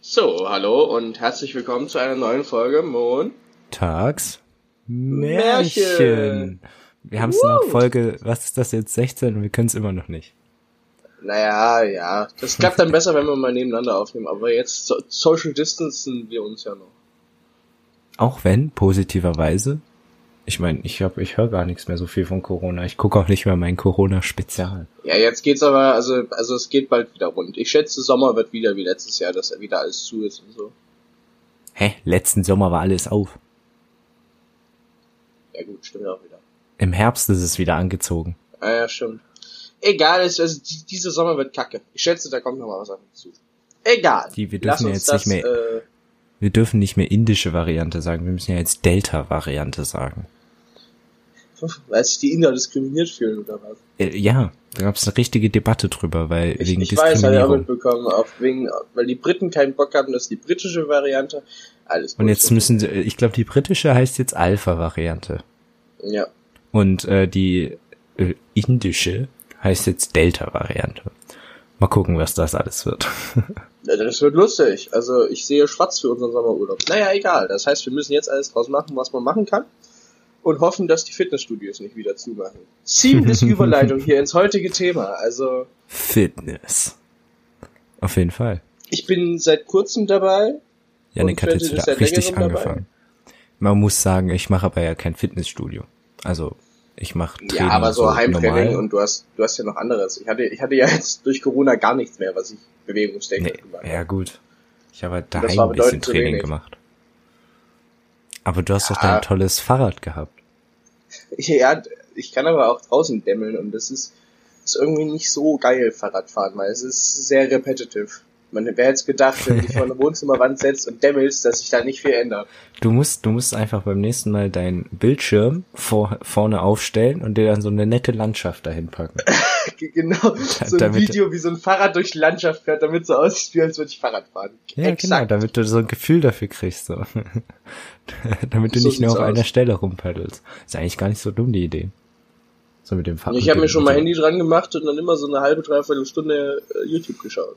So, hallo und herzlich willkommen zu einer neuen Folge Moon. Tags Märchen. Märchen. Wir haben es Woo. nach Folge, was ist das jetzt, 16 und wir können es immer noch nicht. Naja, ja, das klappt dann besser, wenn wir mal nebeneinander aufnehmen, aber jetzt so Social Distancen wir uns ja noch. Auch wenn, positiverweise, ich meine, ich hab, ich höre gar nichts mehr so viel von Corona. Ich gucke auch nicht mehr mein Corona-Spezial. Ja, jetzt geht's aber, also, also es geht bald wieder rund. Ich schätze, Sommer wird wieder wie letztes Jahr, dass wieder alles zu ist und so. Hä? Letzten Sommer war alles auf. Ja gut, stimmt auch wieder. Im Herbst ist es wieder angezogen. Ah ja, stimmt. Egal, es, also die, dieser Sommer wird kacke. Ich schätze, da kommt noch mal was auf uns zu. Egal. Die- wir Lass dürfen ja uns jetzt das, nicht Äh, Wir dürfen nicht mehr indische Variante sagen, wir müssen ja jetzt Delta-Variante sagen. weil sich die Inder diskriminiert fühlen oder was. Äh, ja, da gab es eine richtige Debatte drüber, weil Ich, wegen ich weiß, habe ich auch Diskriminierung. mitbekommen, auch wegen, weil die Briten keinen Bock hatten, dass die britische Variante alles und jetzt Bullshit. müssen sie, ich glaube, die britische heißt jetzt Alpha-Variante. Ja, Und äh, die äh, indische heißt jetzt Delta-Variante. Mal gucken, was das alles wird. Ja, das wird lustig. Also ich sehe schwarz für unseren Sommerurlaub. Naja, egal. Das heißt, wir müssen jetzt alles draus machen, was man machen kann. Und hoffen, dass die Fitnessstudios nicht wieder zumachen. Seamless Überleitung hier ins heutige Thema. Also Fitness. Auf jeden Fall. ich bin seit kurzem dabei. Und Janik hat jetzt Freddy ist wieder seit richtig längerem dabei. angefangen. Man muss sagen, ich mache aber ja kein Fitnessstudio. Also ich mache Training ja, aber so Heimtraining normal. und du hast, du hast ja noch anderes. Ich hatte, ich hatte ja jetzt durch Corona gar nichts mehr, was ich bewegungstechnisch nee, gemacht habe. Ja gut. Ich habe halt Das daheim war ein bisschen bedeutend zu Training wenig. Ah. gemacht. Aber du hast doch Ja. dein tolles Fahrrad gehabt. Ja, ich kann aber auch draußen dämmeln und das ist, ist irgendwie nicht so geil, Fahrradfahren, weil es ist sehr repetitive. Man wer hätte gedacht, wenn du dich vor eine Wohnzimmerwand setzt und dämmelst, dass sich da nicht viel ändert. Du musst, du musst einfach beim nächsten Mal deinen Bildschirm vor, vorne aufstellen und dir dann so eine nette Landschaft dahin packen. Ge- Genau, so ein damit- Video, wie so ein Fahrrad durch die Landschaft fährt, damit so aussieht, wie als würde ich Fahrrad fahren. Ja, genau, damit du so ein Gefühl dafür kriegst, so. damit du So nicht nur sieht's auf aus. einer Stelle rumpaddelst. Ist eigentlich gar nicht so dumm, die Idee. So mit dem Fahrrad. Ich habe mir schon mal Handy dran gemacht und dann immer so eine halbe, dreiviertel Stunde äh, YouTube geschaut.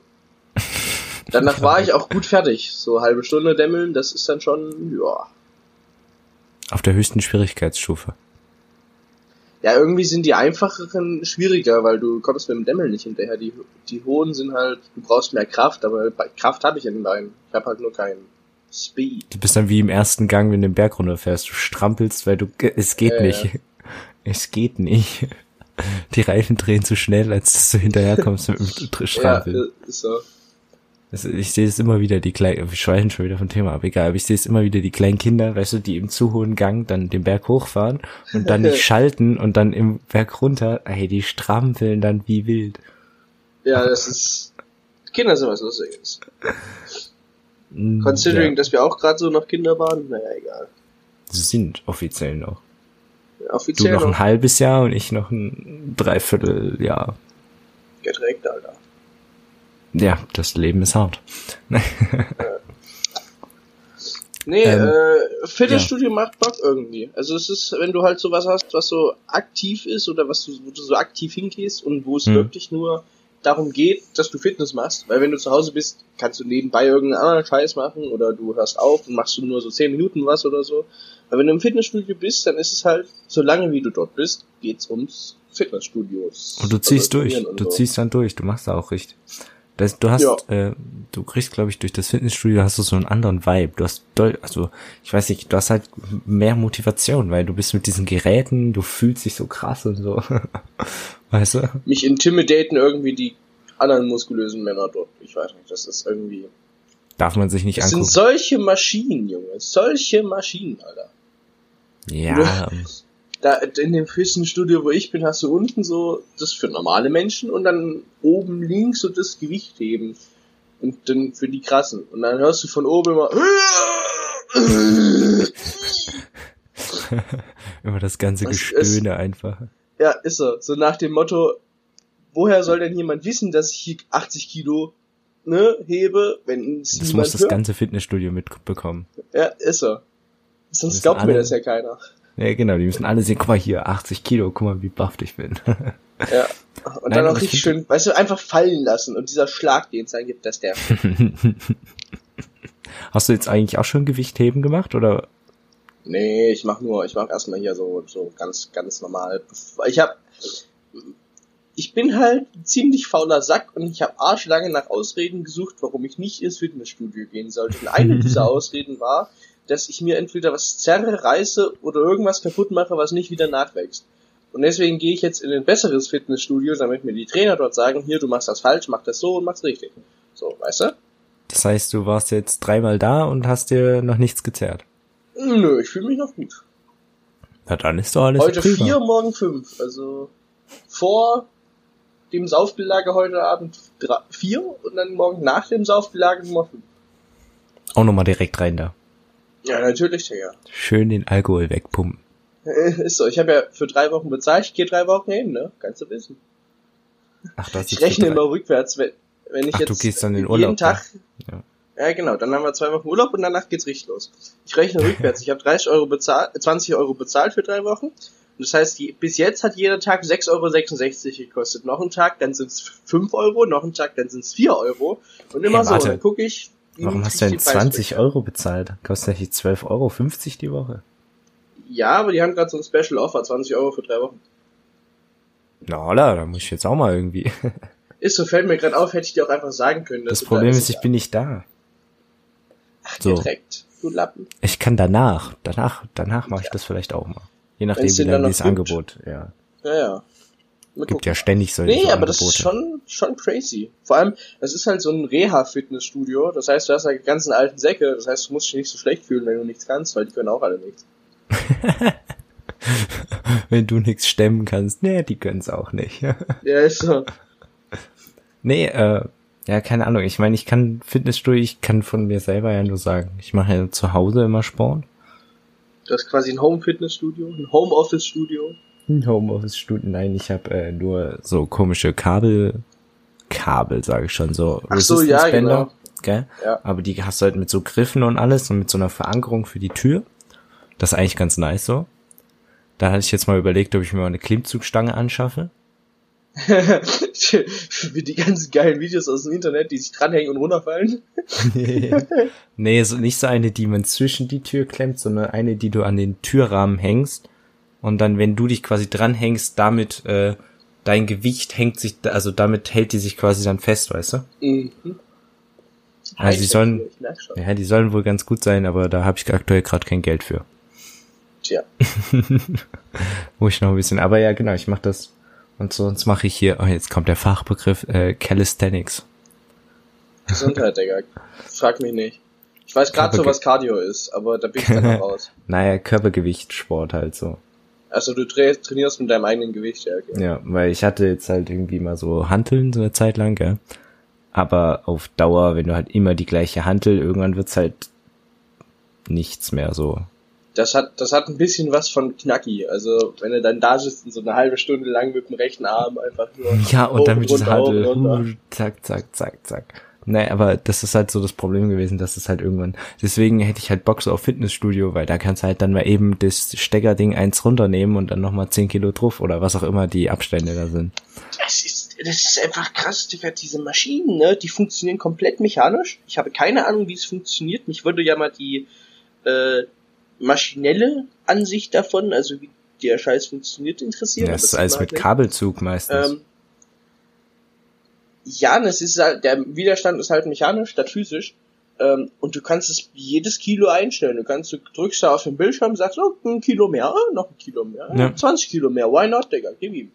Danach war ich auch gut fertig. So halbe Stunde dämmeln, das ist dann schon, ja. Auf der höchsten Schwierigkeitsstufe. Ja, irgendwie sind die einfacheren schwieriger, weil du kommst mit dem Dämmel nicht hinterher. Die, die hohen sind halt, du brauchst mehr Kraft, aber bei Kraft habe ich in meinem. Ich habe halt nur keinen Speed. Du bist dann wie im ersten Gang, wenn du den Berg runterfährst. Du strampelst, weil du, es geht Ja, nicht. Es geht nicht. Die Reifen drehen zu schnell, als dass du hinterherkommst mit dem Strampeln. Ja, das ist so. Das, ich sehe es immer wieder, die kleinen, wir schweifen schon wieder vom Thema ab, egal, aber ich sehe es immer wieder, die kleinen Kinder, weißt du, die im zu hohen Gang dann den Berg hochfahren und dann nicht schalten und dann im Berg runter, ey, die strampeln dann wie wild. Ja, das ist. Kinder sind was Lustiges. Mm, Considering, ja, dass wir auch gerade so noch Kinder waren, naja, egal. sind offiziell noch. Du Offiziell noch ein noch. halbes Jahr und ich noch ein Dreivierteljahr. Gedreckt, Alter. Ja, das Leben ist hart. Nee, Ähm, äh, Fitnessstudio macht Bock irgendwie. Also es ist, wenn du halt sowas hast, was so aktiv ist oder was du, wo du so aktiv hingehst und wo es Hm. wirklich nur darum geht, dass du Fitness machst, weil wenn du zu Hause bist, kannst du nebenbei irgendeinen anderen Scheiß machen oder du hörst auf und machst du nur so 10 Minuten was oder so. Aber wenn du im Fitnessstudio bist, dann ist es halt, solange wie du dort bist, geht's ums Fitnessstudios. Und du ziehst Also durch, trainieren und du so. ziehst dann durch, du machst da auch richtig. Das, du hast, Ja. äh, du kriegst, glaube ich, durch das Fitnessstudio hast du so einen anderen Vibe. Du hast doll, also ich weiß nicht, du hast halt mehr Motivation, weil du bist mit diesen Geräten, du fühlst dich so krass und so. Weißt du? Mich intimidaten irgendwie die anderen muskulösen Männer dort. Ich weiß nicht, das ist irgendwie Darf man sich nicht Das sind angucken. solche Maschinen, Junge. Solche Maschinen, Alter. ja, Da, in dem höchsten Studio, wo ich bin, hast du unten so das für normale Menschen und dann oben links so das Gewicht heben. Und dann für die krassen. Und dann hörst du von oben immer. immer das ganze Es ist- Gestöhne einfach. Ja, ist so. So nach dem Motto, woher soll denn jemand wissen, dass ich hier 80 Kilo ne, hebe, wenn es Das muss niemand das hört? ganze Fitnessstudio mitbekommen. Ja, ist so. Sonst Müssen glaubt mir alle- das ja keiner. Ja, genau, die müssen alle sehen, guck mal hier, 80 Kilo, guck mal, wie bufft ich bin. Ja. Und Nein, dann aber auch ich richtig find- schön, weißt du, einfach fallen lassen und dieser Schlag, den es dann gibt, dass der. Hast du jetzt eigentlich auch schon Gewichtheben gemacht oder? Nee, ich mach nur, ich mach erstmal hier so, so ganz, ganz normal. Ich hab, ich bin halt ein ziemlich fauler Sack und ich habe arschlange nach Ausreden gesucht, warum ich nicht ins Fitnessstudio gehen sollte. Und eine dieser Ausreden war, dass ich mir entweder was zerre, reiße oder irgendwas kaputt mache, was nicht wieder nachwächst. Und deswegen gehe ich jetzt in ein besseres Fitnessstudio, damit mir die Trainer dort sagen, hier, du machst das falsch, mach das so und mach's richtig. So, weißt du? Das heißt, du warst jetzt dreimal da und hast dir noch nichts gezerrt. Nö, ich fühle mich noch gut. Na dann ist doch alles Heute vier, morgen fünf. Also vor dem Saufgelager heute Abend drei, vier und dann morgen nach dem Saufgelager Nummer fünf. Auch nochmal direkt rein da. Ja, natürlich, Digga. Schön den Alkohol wegpumpen. Äh, Ist so, ich habe ja für drei Wochen bezahlt, ich gehe drei Wochen hin, ne? Kannst du wissen. Ach, das Ich ist rechne immer rückwärts, wenn, wenn ich Ach, jetzt du gehst dann in den jeden Urlaub. Tag Ja. Ja, genau. Dann haben wir zwei Wochen Urlaub und danach geht's richtig los. Ich rechne rückwärts. Ich habe 30 Euro bezahlt, 20 Euro bezahlt für drei Wochen. Und das heißt, je- bis jetzt hat jeder Tag 6,66 Euro gekostet. Noch einen Tag, dann sind's 5 Euro, noch einen Tag, dann sind's 4 Euro. Und immer Hey, so, warte. dann gucke ich. wie Warum krieg hast du ich denn die Preise 20 weg? Euro bezahlt? Kostet nicht 12,50 Euro die Woche? Ja, aber die haben gerade so ein Special Offer, 20 Euro für drei Wochen. Na, holla, da muss ich jetzt auch mal irgendwie. Ist so, fällt mir gerade auf, hätte ich dir auch einfach sagen können. dass Das du Problem da ist, ich bin nicht da. so. So, direkt. Du Lappen. ich kann danach, danach, danach mache ich das vielleicht auch mal. Je nachdem, Wenn's wie denn dann dann noch dieses gibt. Angebot, ja. Ja, ja. Mal Gibt ja ständig solche Nee, Angebote. aber das ist schon, schon crazy. Vor allem, es ist halt so ein Reha-Fitnessstudio. Das heißt, du hast halt die ganzen alten Säcke. Das heißt, du musst dich nicht so schlecht fühlen, wenn du nichts kannst, weil die können auch alle nichts. Wenn du nichts stemmen kannst, nee, die können's auch nicht. Ja, ist so. nee, äh, ja, keine Ahnung. Ich meine, ich kann Fitnessstudio, ich kann von mir selber ja nur sagen. Ich mache ja zu Hause immer Sport. Du hast quasi ein Home-Fitnessstudio, ein Home-Office-Studio. Ein Hm, Homeoffice-Stunden, nein, ich habe äh, nur so komische Kabel, Kabel sage ich schon, so Ach so, ja, Resistance-Bänder, genau. gell? Ja. Aber die hast du halt mit so Griffen und alles und mit so einer Verankerung für die Tür. Das ist eigentlich ganz nice so. Da hatte ich jetzt mal überlegt, ob ich mir mal eine Klimmzugstange anschaffe. Wie die ganzen geilen Videos aus dem Internet, die sich dranhängen und runterfallen. nee, so nicht so eine, die man zwischen die Tür klemmt, sondern eine, die du an den Türrahmen hängst. Und dann, wenn du dich quasi dranhängst, damit äh, dein Gewicht hängt sich, also damit hält die sich quasi dann fest, weißt du? Mhm. Also sie sollen, Ich merk schon. ja, die sollen wohl ganz gut sein, aber da habe ich aktuell gerade kein Geld für. Tja. Wo ich noch ein bisschen, aber ja, genau, ich mache das. Und sonst mache ich hier, oh, jetzt kommt der Fachbegriff, äh, Calisthenics. Gesundheit, Digga. Frag mich nicht. Ich weiß gerade so, Körperge- was Cardio ist, aber da bin ich dann noch raus. Naja, Körpergewichtssport halt so. Also du tra trainierst mit deinem eigenen Gewicht, ja, okay. Ja, weil ich hatte jetzt halt irgendwie mal so Hanteln so eine Zeit lang, gell? Aber auf Dauer, wenn du halt immer die gleiche Hantel, irgendwann wird's halt nichts mehr so. Das hat, das hat ein bisschen was von Knacki. Also, wenn du dann da sitzt und so eine halbe Stunde lang mit dem rechten Arm einfach nur. Ja, Oh, und dann hoch, mit dieser runter, hoch, Handel. runter. hu, Zack, zack, zack, zack. Naja, aber das ist halt so das Problem gewesen, dass es halt irgendwann. Deswegen hätte ich halt Bock so auf Fitnessstudio, weil da kannst du halt dann mal eben das Steckerding eins runternehmen und dann nochmal 10 Kilo drauf oder was auch immer die Abstände da sind. Das ist, das ist einfach krass, Digga. Diese Maschinen, ne, die funktionieren komplett mechanisch. Ich habe keine Ahnung, wie es funktioniert. Mich würde ja mal die, äh, maschinelle Ansicht davon, also wie der Scheiß funktioniert, interessieren. Ja, aber das ist sieht alles man mit halt nicht. Kabelzug meistens. Ähm, ja, und es ist halt, der Widerstand ist halt mechanisch statt physisch. Ähm, und du kannst es jedes Kilo einstellen. Du kannst, du drückst da auf den Bildschirm, sagst, oh, ein Kilo mehr, oh, noch ein Kilo mehr, oh, Ja. 20 Kilo mehr, why not, Digga, gib ihm.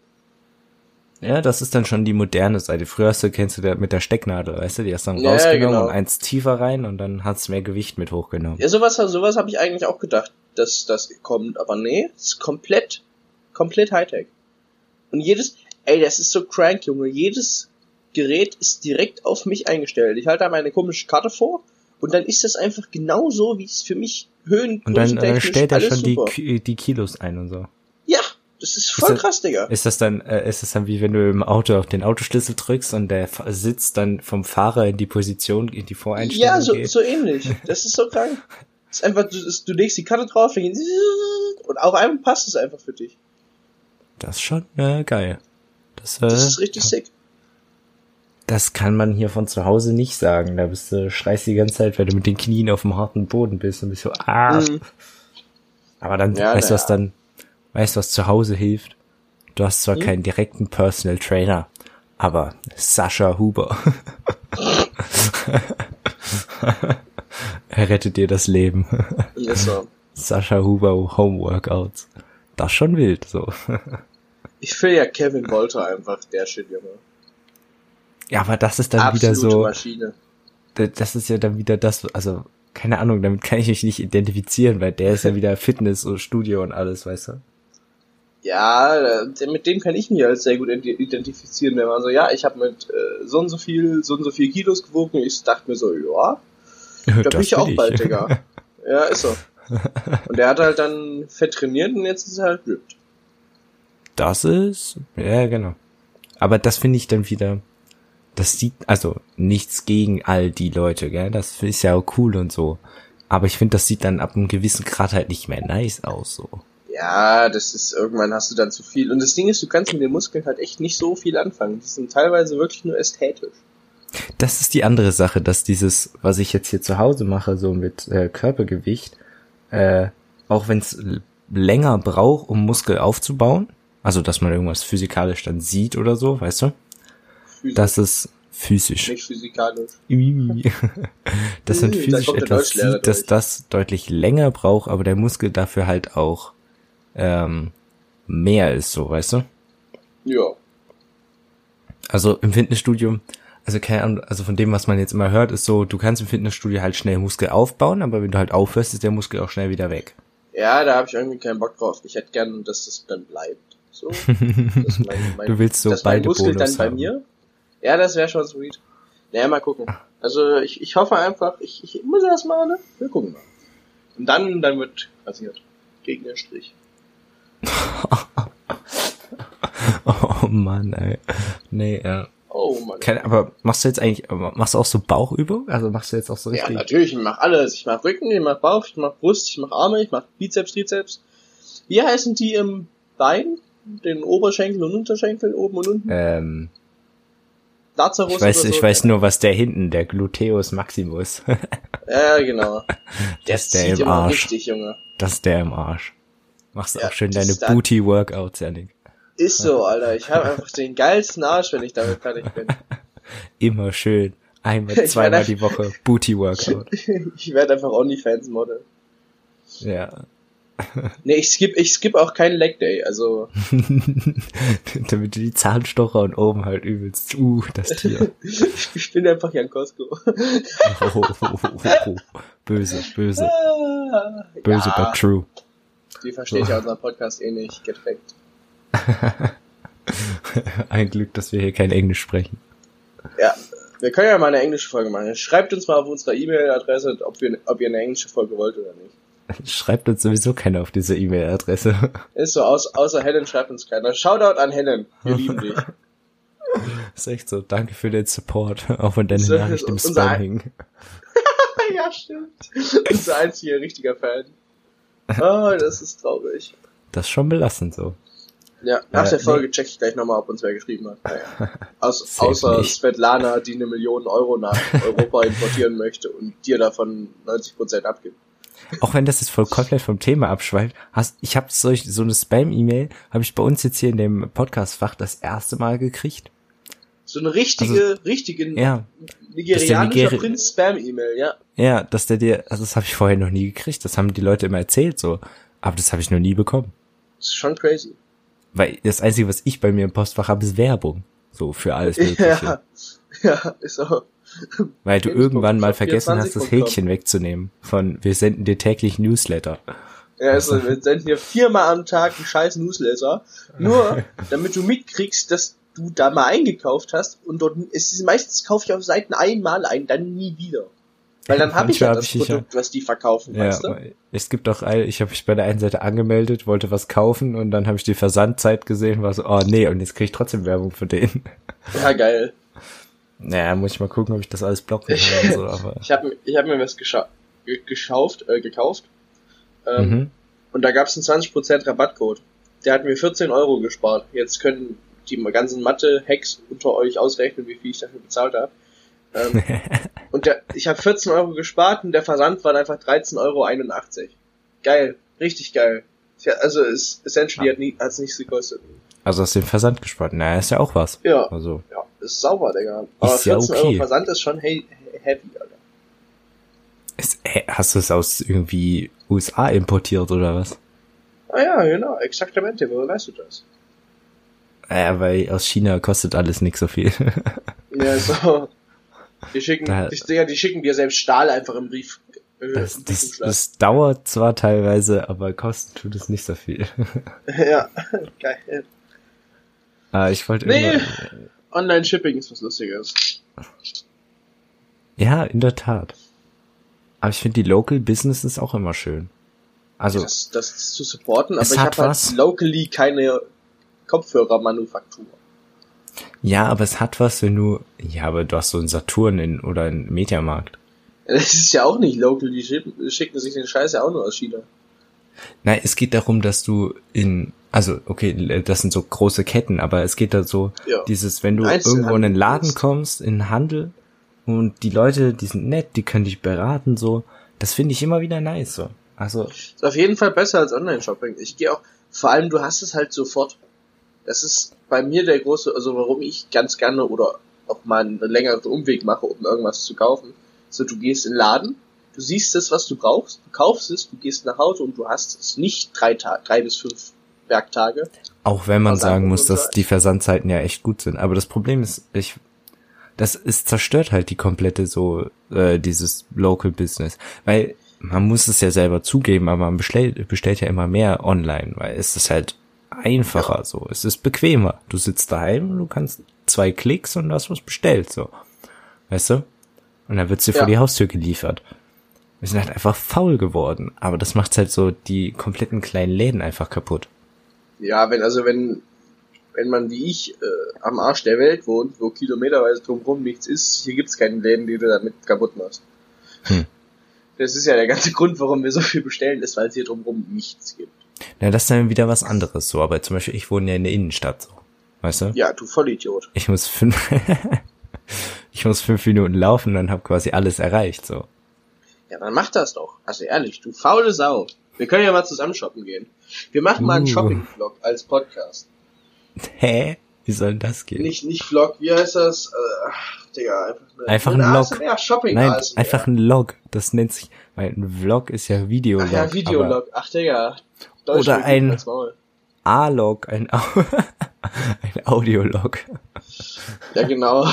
Ja, das ist dann schon die moderne Seite. Früher hast du, kennst du der, mit der Stecknadel, weißt du, die hast du dann Ja, rausgenommen genau. und eins tiefer rein und dann hast du mehr Gewicht mit hochgenommen. Ja, sowas, sowas habe ich eigentlich auch gedacht, dass das kommt, aber nee, es ist komplett, komplett Hightech. Und jedes, ey, das ist so crank, Junge, jedes Gerät ist direkt auf mich eingestellt. Ich halte da meine komische Karte vor und dann ist das einfach genau so, wie es für mich Höhen Und dann äh, stellt er alles schon die, super. Ki- äh, die Kilos ein und so. Ja, das ist voll das- krass, Digga. Ist das dann, äh, ist das dann wie wenn du im Auto auf den Autoschlüssel drückst und der F- Sitz dann vom Fahrer in die Position, in die Voreinstellung Ja, so, geht? so ähnlich. Das ist so krank. Das ist einfach, du, du legst die Karte drauf, dann geht und auf einmal passt es einfach für dich. Das ist schon äh, geil. Das, äh, Das ist richtig sick. Das kann man hier von zu Hause nicht sagen. Da bist du, schreist die ganze Zeit, weil du mit den Knien auf dem harten Boden bist und bist so, ah. Mhm. Aber dann, Ja, weißt na du, was ja. dann, weißt du, was zu Hause hilft? Du hast Hm? zwar keinen direkten Personal Trainer, aber Sascha Huber. er rettet dir das Leben. Ist so. Sascha Huber Home Workouts. Das ist schon wild, so. Ich will ja Kevin Wolter einfach, der Shit, Junge. Ja, aber das ist dann Absolute wieder so, Maschine. d- das ist ja dann wieder das, also, keine Ahnung, damit kann ich mich nicht identifizieren, weil der ist ja wieder Fitness und Studio und alles, weißt du? Ja, äh, mit dem kann ich mich halt sehr gut ident- identifizieren. Der war so, ja, ich habe mit äh, so und so viel, so und so viel Kilos gewogen. Ich dachte mir so, ja, da bin ich ja auch bald, Digga. Ja, ist so. Und der hat halt dann fett trainiert und jetzt ist er halt ripped. Das ist, ja, genau. Aber das finde ich dann wieder, das sieht, also nichts gegen all die Leute, gell, das ist ja auch cool und so. Aber ich finde, das sieht dann ab einem gewissen Grad halt nicht mehr nice aus, so. Ja, das ist, irgendwann hast du dann zu viel. Und das Ding ist, du kannst mit den Muskeln halt echt nicht so viel anfangen. Die sind teilweise wirklich nur ästhetisch. Das ist die andere Sache, dass dieses, was ich jetzt hier zu Hause mache, so mit äh, Körpergewicht, äh, auch wenn es länger braucht, um Muskel aufzubauen, also dass man irgendwas physikalisch dann sieht oder so, weißt du, Physisch, das ist physisch. nicht physikalisch. Ui. dass man Da physisch kommt der etwas Deutschlehrer sieht, dass durch. das deutlich länger braucht, aber der Muskel dafür halt auch ähm, mehr ist, so, weißt du? Ja. Also im Fitnessstudio, also keine Ahnung, also von dem, was man jetzt immer hört, ist so, du kannst im Fitnessstudio halt schnell Muskel aufbauen, aber wenn du halt aufhörst, ist der Muskel auch schnell wieder weg. Ja, da habe ich irgendwie keinen Bock drauf. Ich hätte gern, dass das dann bleibt. So. Dass mein, mein, Du willst so dass mein beide Muskel Bonus dann bei haben. mir? Ja, das wäre schon sweet. Naja, mal gucken. Also ich, ich hoffe einfach, ich, ich muss erst mal, ne? Wir gucken mal. Und dann, dann wird rasiert. Gegen den Strich. Oh Mann, ey. Nee, ja. Oh Mann. Keine, aber machst du jetzt eigentlich, aber machst du auch so Bauchübung? Also machst du jetzt auch so ja, richtig? natürlich, ich mach alles. Ich mach Rücken, ich mach Bauch, ich mach Brust, ich mach Arme, ich mach Bizeps, Trizeps. Wie heißen die im Bein? Den Oberschenkel und Unterschenkel, oben und unten? ähm, Lazarus ich weiß, oder so? ich weiß nur, was der hinten, der Gluteus Maximus. Ja, genau. Der ist der zieht im immer Arsch. richtig, Junge. Das ist der im Arsch. Machst du Ja, auch schön das deine ist dann- Booty-Workouts, Janik. Ist so, Alter. Ich habe einfach den geilsten Arsch, wenn ich damit fertig bin. Immer schön. Einmal, Ich zweimal meine- die Woche Booty-Workout. Ich werde einfach OnlyFans-Model. Ja. Nee, ich skip, ich skip auch keinen Leg Day. Also, Damit du die Zahnstocher und oben halt übelst. Uh, das Tier. ich bin einfach Jan Kosko. Oh, oh, oh, oh, oh. Böse, böse, Ah, böse, ja, but true. die versteht ja unseren Podcast eh nicht. Get wrecked. Ein Glück, dass wir hier kein Englisch sprechen. Ja, wir können ja mal eine englische Folge machen. Schreibt uns mal auf unserer E-Mail-Adresse, ob, wir, ob ihr eine englische Folge wollt oder nicht. Schreibt uns sowieso keiner auf diese E-Mail-Adresse. Ist so, aus, außer Helen schreibt uns keiner. Shoutout an Helen. Wir lieben dich. Ist echt so. Danke für den Support. Auch wenn deine So, Nachricht im unser- Spam hing. ja, stimmt. Das ist der einzige richtige Fan. Oh, das ist traurig. Das ist schon belastend so. Ja, nach Äh, der nee. Folge check ich gleich nochmal, ob uns wer geschrieben hat. Naja. Aus, Safe außer nicht. Svetlana, die eine Million Euro nach Europa importieren möchte und dir davon 90% abgibt. auch wenn das jetzt voll komplett vom Thema abschweift, hast, ich habe solch so eine Spam-E-Mail habe ich bei uns jetzt hier in dem Podcast-Fach das erste Mal gekriegt. So eine richtige, richtige Also, Ja, nigerianischer Nigeri- Prinz Spam-E-Mail, ja. ja, dass der dir, also das habe ich vorher noch nie gekriegt. Das haben die Leute immer erzählt so, aber das habe ich noch nie bekommen, Das ist schon crazy. weil das einzige, was ich bei mir im Postfach habe, ist Werbung, so für alles Mögliche. Ja. Ja, ist auch. Weil du Lebensmittel- irgendwann mal Shop vergessen hast, das 24.com. Häkchen wegzunehmen von wir senden dir täglich Newsletter. Ja, also wir senden dir viermal am Tag einen scheiß Newsletter, nur damit du mitkriegst, dass du da mal eingekauft hast und dort es ist meistens kaufe ich auf Seiten einmal ein, dann nie wieder. Weil dann habe ich ja Manchmal das hab ich Produkt, was die verkaufen, Ja, weißt du? weil es gibt auch, ein- ich habe mich bei der einen Seite angemeldet, wollte was kaufen und dann habe ich die Versandzeit gesehen, war so, oh nee, und jetzt kriege ich trotzdem Werbung für den. Ja, geil. Naja, muss ich mal gucken, ob ich das alles blocken kann und so, aber. Ich habe ich hab mir was gescha ge- geschauft, äh, gekauft ähm, Mhm. und da gab's einen 20% Rabattcode. Der hat mir 14 Euro gespart. Jetzt können, die ganzen Mathe-Hacks unter euch ausrechnen, wie viel ich dafür bezahlt habe. Ähm, und der, ich habe 14 Euro gespart und der Versand war einfach 13,81 Euro. Geil, richtig geil. Tja, also es, essentially hat nie, hat's nichts gekostet. Also hast du den Versand gespart. Naja, ist ja auch was. Ja. Also, Ja, ist sauber, Digga. Aber Ist ja 14 Euro okay. Versand ist schon he he- heavy, Alter. ist, hä, hast du es aus irgendwie USA importiert oder was? Ah ja, genau, exaktamente, woher weißt du das? Ja, weil aus China kostet alles nicht so viel. Ja, so. Die schicken, Da- die, Digga, die schicken dir selbst Stahl einfach im Brief. äh, Das, im das, Briefumschlag. das dauert zwar teilweise, aber kosten tut es nicht so viel. ja, geil. Ah, ich wollte Nee. immer, Online-Shipping ist was Lustiges. Ja, in der Tat. Aber ich finde die Local Businesses auch immer schön. Also, Das, das zu supporten, aber Es ich hat habe halt was. locally keine Kopfhörermanufaktur. ja, aber es hat was, wenn du, ja, aber du hast so einen Saturn in, oder einen Mediamarkt. Das ist ja auch nicht local, die schicken, schicken sich den Scheiß ja auch nur aus China. Nein, es geht darum, dass du in, also, okay, das sind so große Ketten, aber es geht da so, Ja. dieses, wenn du Einzelhandel irgendwo in einen Laden ist. kommst, in einen Handel, und die Leute, die sind nett, die können dich beraten, so, das finde ich immer wieder nice, so. Also, Ist auf jeden Fall besser als Online-Shopping. Ich gehe auch, vor allem du hast es halt sofort. Das ist bei mir der große, also warum ich ganz gerne oder auch mal einen längeren Umweg mache, um irgendwas zu kaufen. So, du gehst in den Laden, du siehst das, was du brauchst, du kaufst es, du gehst nach Hause und du hast es nicht drei, Ta drei bis fünf Werktage. Auch wenn man Versand sagen und muss, so dass weiter. die Versandzeiten ja echt gut sind. Aber das Problem ist, ich, das ist zerstört halt die komplette so, äh, dieses Local Business. Weil man muss es ja selber zugeben, aber man bestellt, bestellt ja immer mehr online, weil es ist halt einfacher so. Es ist bequemer. Du sitzt daheim und du kannst zwei Klicks und das was bestellt, so. Weißt du? Und dann wird's dir Ja. vor die Haustür geliefert. Wir sind halt einfach faul geworden. Aber das macht halt so die kompletten kleinen Läden einfach kaputt. Ja, wenn, also wenn, wenn man wie ich äh, am Arsch der Welt wohnt, wo kilometerweise drumherum nichts ist, hier gibt's keine Läden, die du damit kaputt machst. Hm. Das ist ja der ganze Grund, warum wir so viel bestellen, ist, weil es hier drumherum nichts gibt. Na, das ist dann wieder was anderes so, aber zum Beispiel, ich wohne ja in der Innenstadt so. Weißt du? Ja, du Vollidiot. Ich muss fünf, ich muss fünf Minuten laufen, dann hab quasi alles erreicht so. Ja, dann mach das doch. Also ehrlich, du faule Sau. Wir können ja mal zusammen shoppen gehen. Wir machen mal einen Uh. Shopping-Vlog als Podcast. Hä? Wie soll denn das gehen? Nicht, nicht Vlog, wie heißt das? Äh, ach, Digga, einfach eine, Einfach eine ein Log. ASMR Shopping Nein, ASMR. einfach ein Log. Das nennt sich, weil ein Vlog ist ja Videolog. Ach ja, aber Videolog. Ach, Digga. Deutsch Oder geht ein- ins Maul. A-Log, ein, Au ein Audiolog. Ja, genau.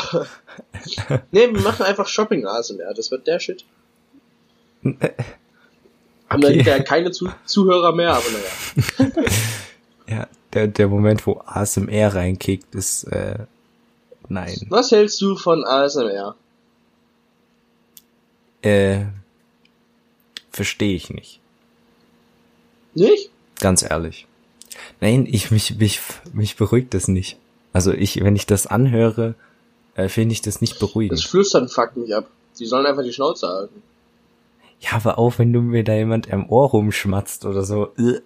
nee, wir machen einfach Shopping ASMR. Das wird der Shit. Haben dann Okay. hinterher keine Zu Zuhörer mehr, aber naja. Ja, der, der Moment, wo ASMR reinkickt, ist, äh, nein. Was hältst du von ASMR? Äh, verstehe ich nicht. Nicht? Ganz ehrlich. Nein, ich mich mich mich beruhigt das nicht. Also ich, wenn ich das anhöre, äh, finde ich das nicht Das beruhigend. Flüstern fuckt mich ab. Die sollen einfach die Schnauze halten. Ja, aber auch wenn du mir da jemand am Ohr rumschmatzt oder so. äh.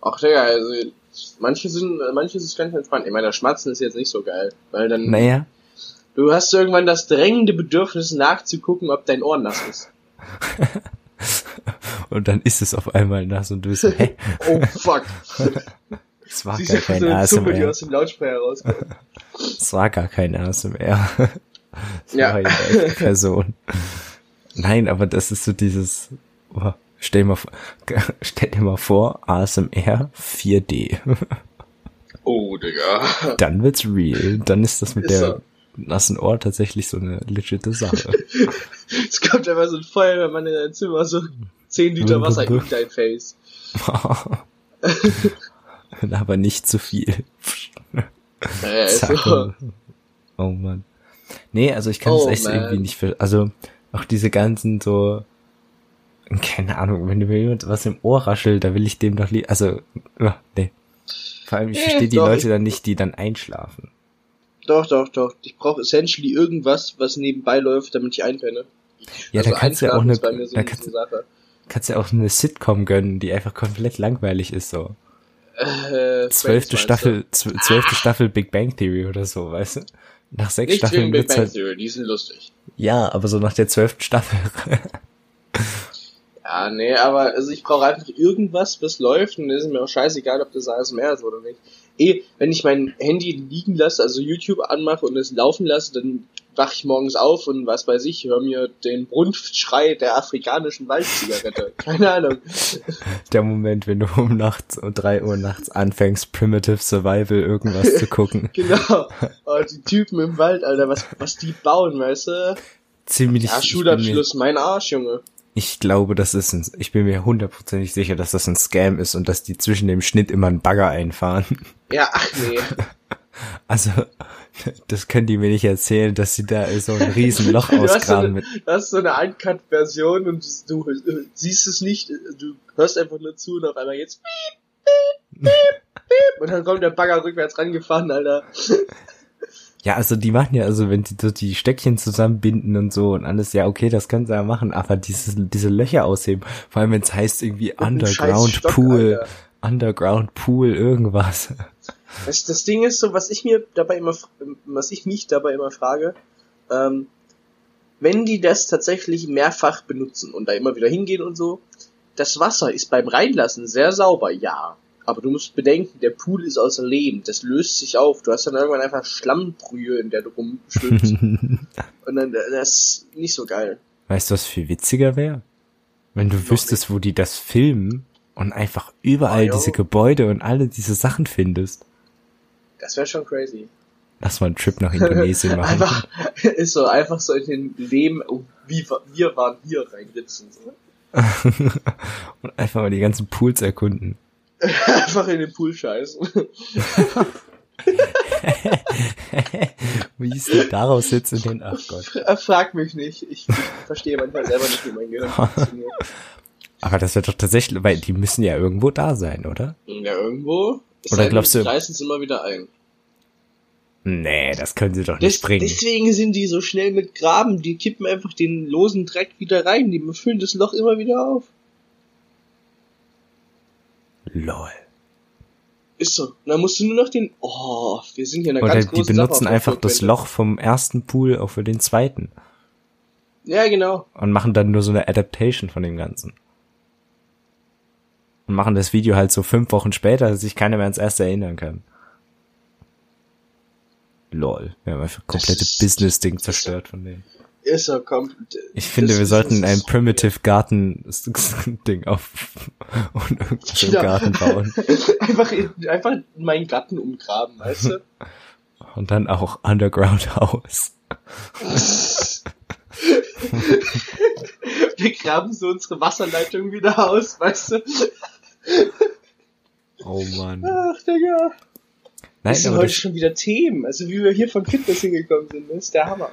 Ach, Digga, also, manche sind, manche ist ganz entspannt. Ich meine, das Schmatzen ist jetzt nicht so geil, weil dann, Naja, du hast irgendwann das drängende Bedürfnis nachzugucken, ob dein Ohr nass ist. und dann ist es auf einmal nass und du bist, so, hä, Oh, fuck. es war Siehst gar du, so kein eine Zunge, die ASMR. aus dem Lautsprecher rauskommt. Es war gar kein ASMR. Es Ja. war eine echte Person. Nein, aber das ist so dieses, oh, stell dir mal, vor- stell dir mal vor, ASMR 4D. Oh, Digga. dann wird's real. Dann ist das mit Ist der so. nassen Ohr tatsächlich so eine legite Sache. Es kommt einfach so ein Feuerwehrmann in dein Zimmer, so 10 Liter Wasser in dein Face. Aber nicht zu viel. Äh, Zack. so. Oh Mann. Nee, also ich kann Oh das echt man. irgendwie nicht ver Also auch diese ganzen so. Keine Ahnung, wenn mir jemand was im Ohr raschelt, da will ich dem doch lie Also, ah, nee. Vor allem, ich Nee, verstehe die doch, Leute ich- dann nicht, die dann einschlafen. Doch, doch, doch. Ich brauche essentially irgendwas, was nebenbei läuft, damit ich einpenne. Also Ja, da kannst du ja auch Einschlafen eine, ist bei mir so da eine kannst, Sache. kannst du ja auch eine Sitcom gönnen, die einfach komplett langweilig ist, so. Äh, Zwölfte Friends, Staffel, zw- zwölfte Staffel Big Bang Theory oder so, weißt du? Nach meinst du? Ah! sechs Nicht wegen Staffeln Big wird's Bang halt, Theory, die sind lustig. ja, aber so nach der zwölften Staffel. Ja, nee, aber also ich brauche einfach irgendwas, was läuft und es ist mir auch scheißegal, ob das ASMR ist oder nicht. Eh, wenn ich mein Handy liegen lasse, also YouTube anmache und es laufen lasse, dann wache ich morgens auf und was weiß ich, höre mir den Brunftschrei der afrikanischen Waldzigarette. Keine Ahnung. der Moment, wenn du um nachts, um drei Uhr nachts anfängst, Primitive Survival irgendwas zu gucken. Genau. Oh, die Typen im Wald, Alter, was, was die bauen, weißt du? Ziemlich, Ja, ich, bin mir, Schulabschluss, mein Arsch, Junge. ich glaube, das ist ein, ich bin mir hundertprozentig sicher, dass das ein Scam ist und dass die zwischen dem Schnitt immer einen Bagger einfahren. Ja, ach nee. Also, das können die mir nicht erzählen, dass sie da so ein riesen Loch Du hast so ausgraben eine, mit. du hast so eine Uncut-Version und du äh, siehst es nicht, äh, du hörst einfach nur zu und auf einmal jetzt piep, piep, piep, piep, und dann kommt der Bagger rückwärts rangefahren, Alter. Ja, also die machen ja, also wenn die so die Steckchen zusammenbinden und so und alles, ja okay, das können sie ja machen, aber dieses, diese Löcher ausheben, vor allem wenn es heißt irgendwie einem Underground scheiß Stock, Pool, Alter. Underground Pool, irgendwas. Das, das Ding ist so, was ich mir dabei immer, f- was ich mich dabei immer frage, ähm, wenn die das tatsächlich mehrfach benutzen und da immer wieder hingehen und so, das Wasser ist beim Reinlassen sehr sauber, ja. Aber du musst bedenken, der Pool ist aus Lehm, das löst sich auf. Du hast dann irgendwann einfach Schlammbrühe, in der du rumschwimmst. und dann, äh, das ist nicht so geil. Weißt du, was viel witziger wäre? Wenn du wüsstest, wo die das filmen und einfach überall Ah, jo. diese Gebäude und alle diese Sachen findest. Das wäre schon crazy. Lass mal einen Trip nach Indonesien machen. Einfach, ist so, einfach so in den Lehm, oh, wie, wa- wir waren hier reingritzen. So. und einfach mal die ganzen Pools erkunden. Einfach in den Pool scheißen. Wie ist denn daraus jetzt in den, ach Oh Gott. Äh, Frag mich nicht. Ich, ich verstehe manchmal selber nicht, wie mein Gehirn funktioniert. Aber das wird doch tatsächlich, weil die müssen ja irgendwo da sein, oder? Ja, irgendwo. Es Oder sei denn, glaubst du- Die reißen es immer wieder ein. Nee, das können sie doch nicht Des- bringen. Deswegen sind die so schnell mit Graben. Die kippen einfach den losen Dreck wieder rein. Die füllen das Loch immer wieder auf. Lol. Ist so. Und dann musst du nur noch den. Oh, wir sind hier in einer Oder ganz die großen Sache benutzen auf der einfach das Flugwelle. Loch vom ersten Pool auch für den zweiten Ja, genau. und machen dann nur so eine Adaptation von dem Ganzen. Und machen das Video halt so fünf Wochen später, dass sich keiner mehr ans erste erinnern kann. Lol. Wir haben einfach komplette ist- Business-Ding das ist- zerstört von denen. Ist so, komm. Ich finde, Das- wir das- sollten das- ein Primitive Garten Ding auf und irgendwas im Ja. Garten bauen. Einfach, in- einfach meinen Garten umgraben, weißt du? Und dann auch Underground House. Wir graben so unsere Wasserleitung wieder aus, weißt du? Oh man. Ach, Digga. Nein, das sind aber heute das schon wieder Themen. Also wie wir hier von Fitness hingekommen sind, das ist der Hammer.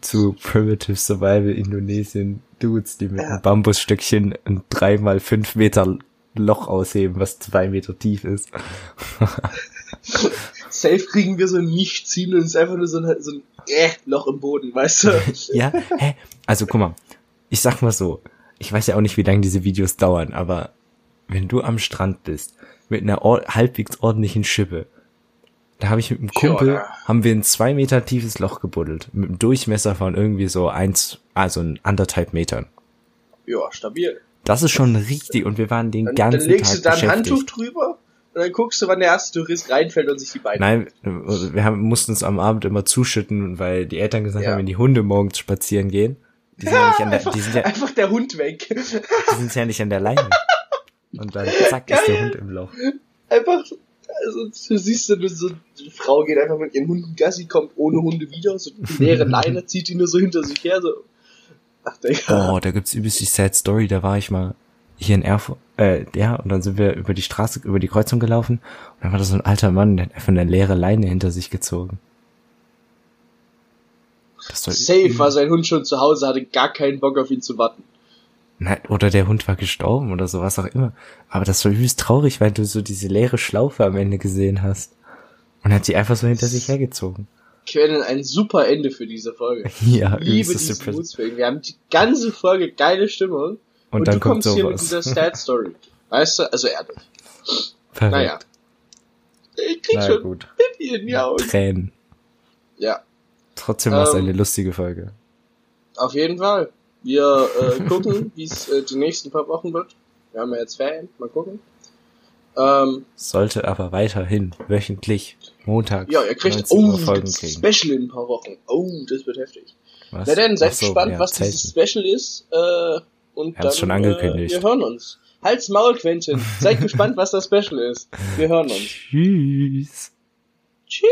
zu Primitive Survival Indonesien Dudes, die mit Ja. einem Bambusstöckchen ein 3x5 Meter Loch ausheben, was zwei Meter tief ist. Safe kriegen wir so ein Nicht-Ziehen und es ist einfach nur so ein, so ein äh, Loch im Boden, weißt du? Ja, hä? Also guck mal, ich sag mal so, ich weiß ja auch nicht, wie lange diese Videos dauern, aber wenn du am Strand bist, mit einer or halbwegs ordentlichen Schippe, da habe ich mit einem Kumpel, Ja. haben wir ein zwei Meter tiefes Loch gebuddelt, mit einem Durchmesser von irgendwie so eins, also ein anderthalb Metern. Ja, stabil. Das ist schon richtig und wir waren den Dann, dann ganzen legst Tag du da ein beschäftigt. Handtuch drüber und dann guckst du, wann der erste Tourist reinfällt und sich die Beine. Nein, äh, wir haben, mussten uns am Abend immer zuschütten, weil die Eltern gesagt Ja. haben, wenn die Hunde morgens spazieren gehen, die sind ja, nicht an der, die sind ja, Einfach der Hund weg. die sind ja nicht an der Leine. Und dann zack ist der Hund im Loch. Einfach, also du siehst dann so, eine Frau geht einfach mit ihren Hunden Gassi, kommt ohne Hunde wieder, so eine leere Leine, zieht die nur so hinter sich her, so. Ach, Digga. Oh, da gibt's übelst die Sad Story, da war ich mal hier in Erfurt, äh, ja, und dann sind wir über die Straße, über die Kreuzung gelaufen und dann war da so ein alter Mann, der hat einfach eine leere Leine hinter sich gezogen. Das soll- Safe war sein Hund schon zu Hause, hatte gar keinen Bock auf ihn zu warten. Nein, oder der Hund war gestorben oder so, was auch immer. Aber das war übelst traurig, weil du so diese leere Schlaufe am Ende gesehen hast. Und hat sie einfach so hinter sich hergezogen. Quellen ein super Ende für diese Folge. Ja, Liebe übelstes diesen Depressing. Moodspring. Wir haben die ganze Folge geile Stimmung. Und dann du kommt kommst hier mit sowas. dieser Stat Story. Weißt du, also ehrlich. Perfekt. Naja. Ich krieg Na schon gut. Pipi in die Augen. Tränen. Ja, Trotzdem war es Ähm. eine lustige Folge. auf jeden Fall. Wir äh, gucken, wie es äh, die nächsten paar Wochen wird. Wir haben ja jetzt Ferien, mal gucken. Ähm, Sollte aber weiterhin wöchentlich montags ja, ihr kriegt 19 oh, Uhr Folgen gibt's kriegen. ein Special in ein paar Wochen. Oh, das wird heftig. Was? Na denn, seid Ach so, gespannt, ja, was Zelten. dieses Special ist. Äh, und Wir dann haben's schon angekündigt. Äh, wir hören uns. Halt's Maul, Quentin. Seid gespannt, was das Special ist. Wir hören uns. Tschüss. Tschüss.